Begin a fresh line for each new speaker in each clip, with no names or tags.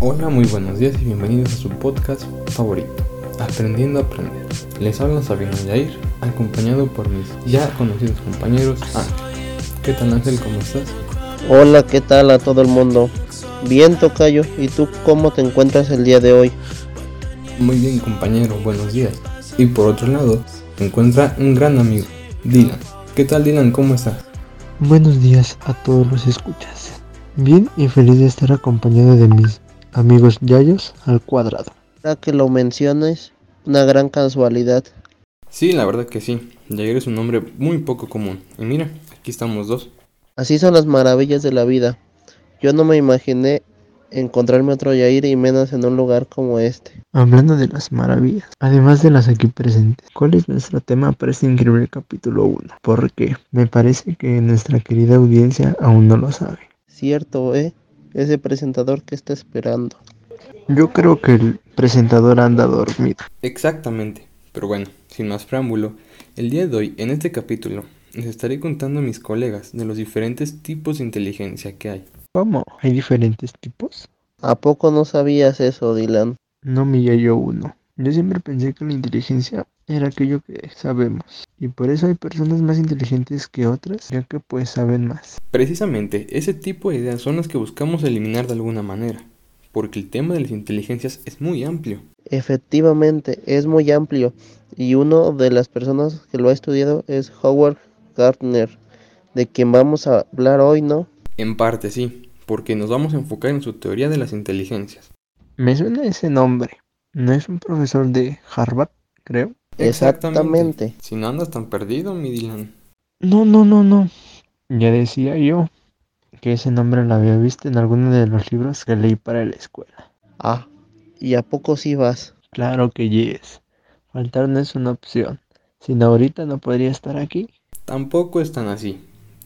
Hola, muy buenos días y bienvenidos a su podcast favorito, Aprendiendo a Aprender. Les habla Sabino Yair, acompañado por mis ya conocidos compañeros Ángel. ¿Qué tal Ángel? ¿Cómo estás?
Hola, ¿qué tal a todo el mundo? Bien, Tocayo, ¿y tú cómo te encuentras el día de hoy?
Muy bien, compañero, buenos días. Y por otro lado, se encuentra un gran amigo, Dylan. ¿Qué tal, Dylan? ¿Cómo estás?
Buenos días a todos los escuchas. Bien y feliz de estar acompañado de mis amigos Yayos al cuadrado.
Ahora que lo menciones, una gran casualidad.
Sí, la verdad que sí. Yair es un nombre muy poco común. Y mira, aquí estamos dos.
Así son las maravillas de la vida. Yo no me imaginé encontrarme otro Yair y menos en un lugar como este.
Hablando de las maravillas, además de las aquí presentes, ¿cuál es nuestro tema para este increíble capítulo 1? Porque me parece que nuestra querida audiencia aún no lo sabe.
Cierto, ¿eh? Ese presentador que está esperando.
Yo creo que el presentador anda dormido.
Exactamente. Pero bueno, sin más preámbulo, el día de hoy, en este capítulo, les estaré contando a mis colegas de los diferentes tipos de inteligencia que hay.
¿Cómo? ¿Hay diferentes tipos?
¿A poco no sabías eso, Dylan?
No mi Yayo uno. Yo siempre pensé que la inteligencia era aquello que sabemos. Y por eso hay personas más inteligentes que otras, ya que pues saben más.
Precisamente, ese tipo de ideas son las que buscamos eliminar de alguna manera, porque el tema de las inteligencias es muy amplio.
Efectivamente, es muy amplio y uno de las personas que lo ha estudiado es Howard Gardner, de quien vamos a hablar hoy, ¿no?
En parte sí, porque nos vamos a enfocar en su teoría de las inteligencias.
Me suena ese nombre. ¿No es un profesor de Harvard, creo?
Exactamente.
Si no andas tan perdido, mi Dylan.
No, no, no, no. Ya decía yo que ese nombre lo había visto en alguno de los libros que leí para la escuela.
Ah, ¿y a poco sí vas?
Claro que yes. Faltar no es una opción. Sin ahorita no podría estar aquí.
Tampoco es tan así,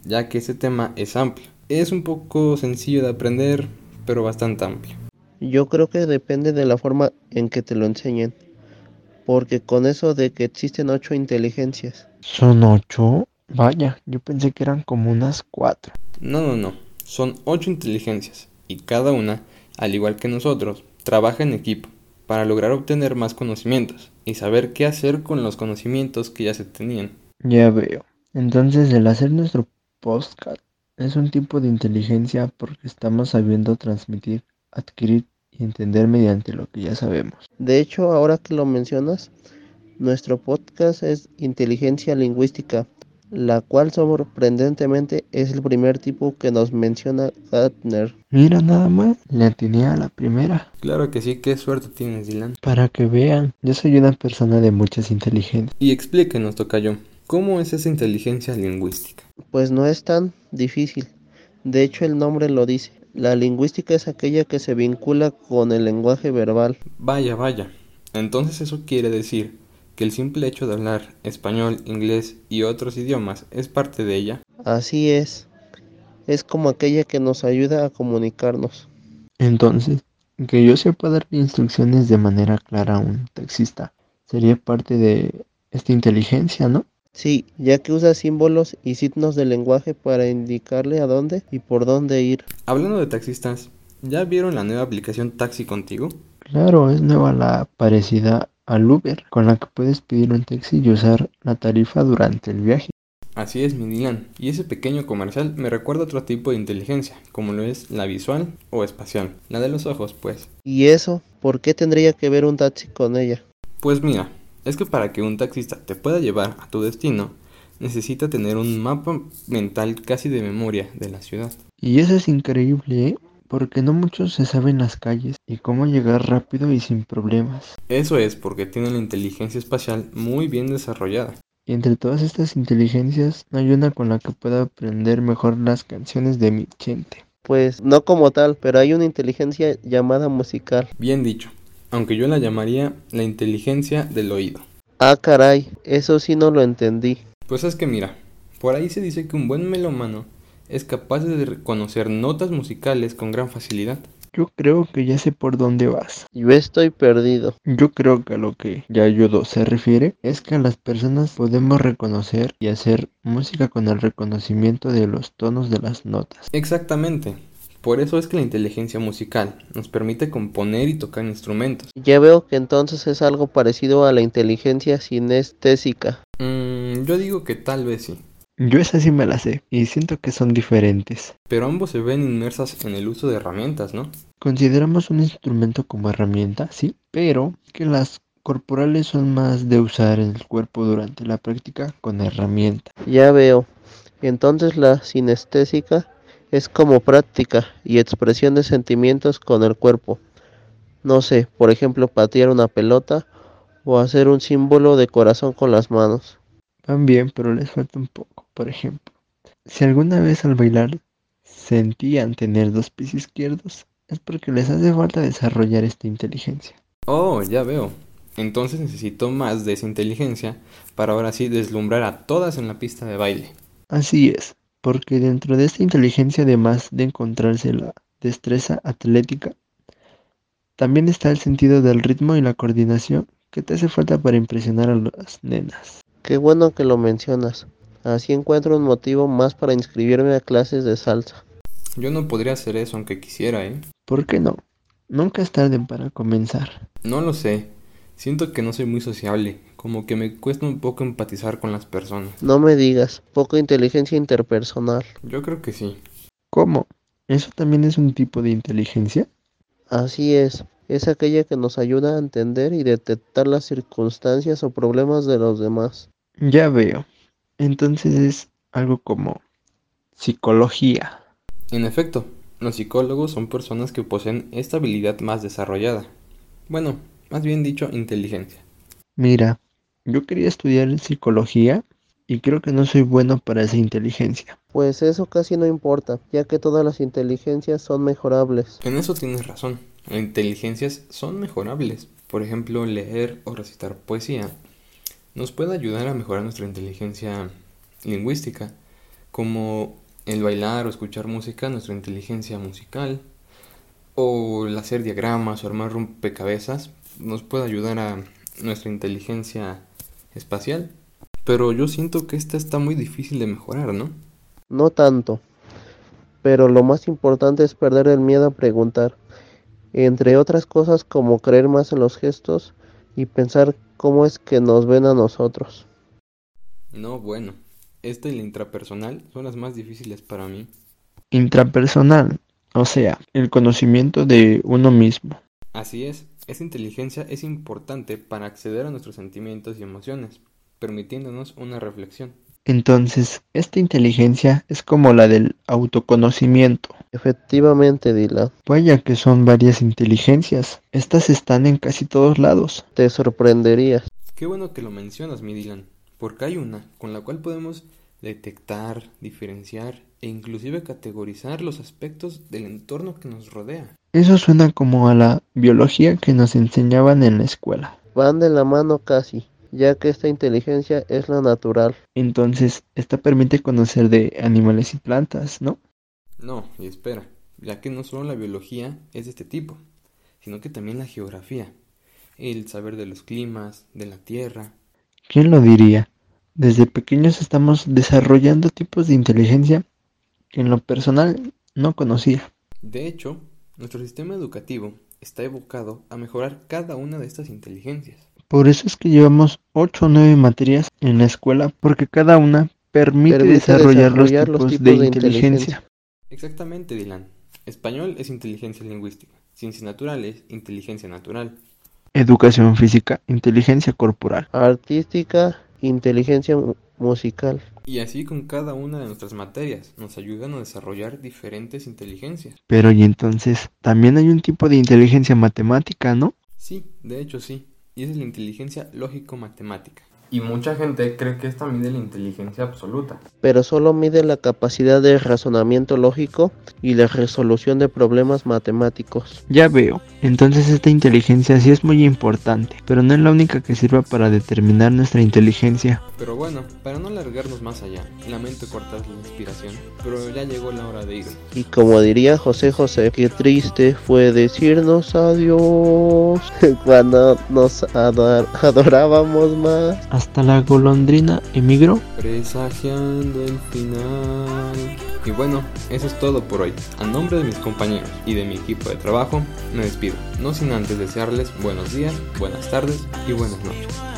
ya que ese tema es amplio. Es un poco sencillo de aprender, pero bastante amplio.
Yo creo que depende de la forma en que te lo enseñen. Porque con eso de que existen ocho inteligencias.
¿Son ocho? Vaya, yo pensé que eran como unas cuatro.
No, no, no. Son ocho inteligencias y cada una, al igual que nosotros, trabaja en equipo para lograr obtener más conocimientos y saber qué hacer con los conocimientos que ya se tenían.
Ya veo. Entonces, el hacer nuestro podcast es un tipo de inteligencia porque estamos sabiendo transmitir, adquirir y entender mediante lo que ya sabemos.
De hecho, ahora que lo mencionas, nuestro podcast es inteligencia lingüística, la cual sorprendentemente es el primer tipo que nos menciona Gartner.
Mira nada más, le atiné a la primera.
Claro que sí, qué suerte tienes, Dylan.
Para que vean, yo soy una persona de muchas inteligencias.
Y explíquenos, Tocayo, ¿cómo es esa inteligencia lingüística?
Pues no es tan difícil. De hecho, el nombre lo dice. La lingüística es aquella que se vincula con el lenguaje verbal.
Vaya, vaya. Entonces eso quiere decir que el simple hecho de hablar español, inglés y otros idiomas es parte de ella.
Así es. Es como aquella que nos ayuda a comunicarnos.
Entonces, que yo sepa dar instrucciones de manera clara a un taxista sería parte de esta inteligencia, ¿no?
Sí, ya que usa símbolos y signos del lenguaje para indicarle a dónde y por dónde ir.
Hablando de taxistas, ¿ya vieron la nueva aplicación Taxi Contigo?
Claro, es nueva la parecida al Uber, con la que puedes pedir un taxi y usar la tarifa durante el viaje.
Así es, mi Dylan. Y ese pequeño comercial me recuerda a otro tipo de inteligencia, como lo es la visual o espacial, la de los ojos, pues.
¿Y eso? ¿Por qué tendría que ver un taxi con ella?
Pues mira, es que para que un taxista te pueda llevar a tu destino, necesita tener un mapa mental casi de memoria de la ciudad.
Y eso es increíble, ¿eh? Porque no muchos se saben las calles y cómo llegar rápido y sin problemas.
Eso es porque tiene la inteligencia espacial muy bien desarrollada.
Y entre todas estas inteligencias, no hay una con la que pueda aprender mejor las canciones de mi gente.
Pues no como tal, pero hay una inteligencia llamada musical.
Bien dicho, aunque yo la llamaría la inteligencia del oído.
Ah, caray, eso sí no lo entendí.
Pues es que mira, por ahí se dice que un buen melómano es capaz de reconocer notas musicales con gran facilidad.
Yo creo que ya sé por dónde vas.
Yo estoy perdido.
Yo creo que a lo que Yayudo se refiere es que las personas podemos reconocer y hacer música con el reconocimiento de los tonos de las notas.
Exactamente. Por eso es que la inteligencia musical nos permite componer y tocar instrumentos.
Ya veo que entonces es algo parecido a la inteligencia sinestésica.
Mm, yo digo que tal vez sí,
Yo esa sí me la sé y siento que son diferentes.
pero ambos se ven inmersas en el uso de herramientas, ¿no?
Consideramos un instrumento como herramienta, sí, pero que las corporales son más de usar el cuerpo durante la práctica con herramienta.
Ya veo. Entonces la sinestésica es como práctica y expresión de sentimientos con el cuerpo. No sé, por ejemplo, patear una pelota o hacer un símbolo de corazón con las manos.
Van bien, pero les falta un poco. Por ejemplo, si alguna vez al bailar sentían tener dos pies izquierdos, es porque les hace falta desarrollar esta inteligencia.
Oh, ya veo. Entonces necesito más de esa inteligencia para ahora sí deslumbrar a todas en la pista de baile.
Así es, porque dentro de esta inteligencia, además de encontrarse la destreza atlética, también está el sentido del ritmo y la coordinación que te hace falta para impresionar a las nenas.
Qué bueno que lo mencionas. Así encuentro un motivo más para inscribirme a clases de salsa.
Yo no podría hacer eso aunque quisiera, ¿eh?
¿Por qué no? Nunca es tarde para comenzar.
No lo sé. Siento que no soy muy sociable, como que me cuesta un poco empatizar con las personas.
No me digas, poca inteligencia interpersonal.
Yo creo que sí.
¿Cómo? ¿Eso también es un tipo de inteligencia?
Así es, es aquella que nos ayuda a entender y detectar las circunstancias o problemas de los demás.
Ya veo. Entonces es algo como psicología.
En efecto, los psicólogos son personas que poseen esta habilidad más desarrollada. Bueno, más bien dicho, inteligencia.
Mira, yo quería estudiar psicología y creo que no soy bueno para esa inteligencia.
Pues eso casi no importa, ya que todas las inteligencias son mejorables.
En eso tienes razón. Las inteligencias son mejorables. Por ejemplo, leer o recitar poesía nos puede ayudar a mejorar nuestra inteligencia lingüística, como el bailar o escuchar música, nuestra inteligencia musical, o el hacer diagramas o armar rompecabezas, nos puede ayudar a nuestra inteligencia espacial. Pero yo siento que esta está muy difícil de mejorar, ¿no?
No tanto. Pero lo más importante es perder el miedo a preguntar. Entre otras cosas como creer más en los gestos y pensar cómo es que nos ven a nosotros.
No, bueno. Esta y la intrapersonal son las más difíciles para mí.
Intrapersonal, o sea, el conocimiento de uno mismo.
Así es, esa inteligencia es importante para acceder a nuestros sentimientos y emociones, permitiéndonos una reflexión.
Entonces, esta inteligencia es como la del autoconocimiento.
Efectivamente, Dila,
Vaya que son varias inteligencias. Estas están en casi todos lados.
te sorprenderías.
Qué bueno que lo mencionas, mi Dylan, porque hay una con la cual podemos detectar, diferenciar e inclusive categorizar los aspectos del entorno que nos rodea.
Eso suena como a la biología que nos enseñaban en la escuela.
Van de la mano casi, ya que esta inteligencia es la natural.
Entonces, esta permite conocer de animales y plantas, ¿no?
No, y espera, ya que no solo la biología es de este tipo, sino que también la geografía, el saber de los climas, de la tierra,
¿Quién lo diría? Desde pequeños estamos desarrollando tipos de inteligencia que en lo personal no conocía.
De hecho, nuestro sistema educativo está evocado a mejorar cada una de estas inteligencias.
Por eso es que llevamos 8 o 9 materias en la escuela porque cada una permite,
Permite
desarrollar, los
desarrollar
tipos,
los
de,
tipos de
inteligencia.
Exactamente, Dylan. Español es inteligencia lingüística, ciencias naturales, inteligencia natural.
Educación física, inteligencia corporal.
Artística, inteligencia mu- musical.
Y así con cada una de nuestras materias nos ayudan a desarrollar diferentes inteligencias.
Pero y entonces, también hay un tipo de inteligencia matemática, ¿no?
Sí, de hecho sí, y esa es la inteligencia lógico-matemática. Y mucha gente cree que esta mide la inteligencia absoluta.
pero solo mide la capacidad de razonamiento lógico y la resolución de problemas matemáticos.
Ya veo. Entonces esta inteligencia sí es muy importante, pero no es la única que sirva para determinar nuestra inteligencia.
Pero bueno, para no alargarnos más allá, lamento cortar la inspiración, pero ya llegó la hora de irnos.
Y como diría José José, qué triste fue decirnos adiós cuando nos ador- adorábamos más.
Hasta la golondrina emigró.
Presagiando el final. Y bueno, eso es todo por hoy. A nombre de mis compañeros y de mi equipo de trabajo, me despido, no sin antes desearles buenos días, buenas tardes y buenas noches.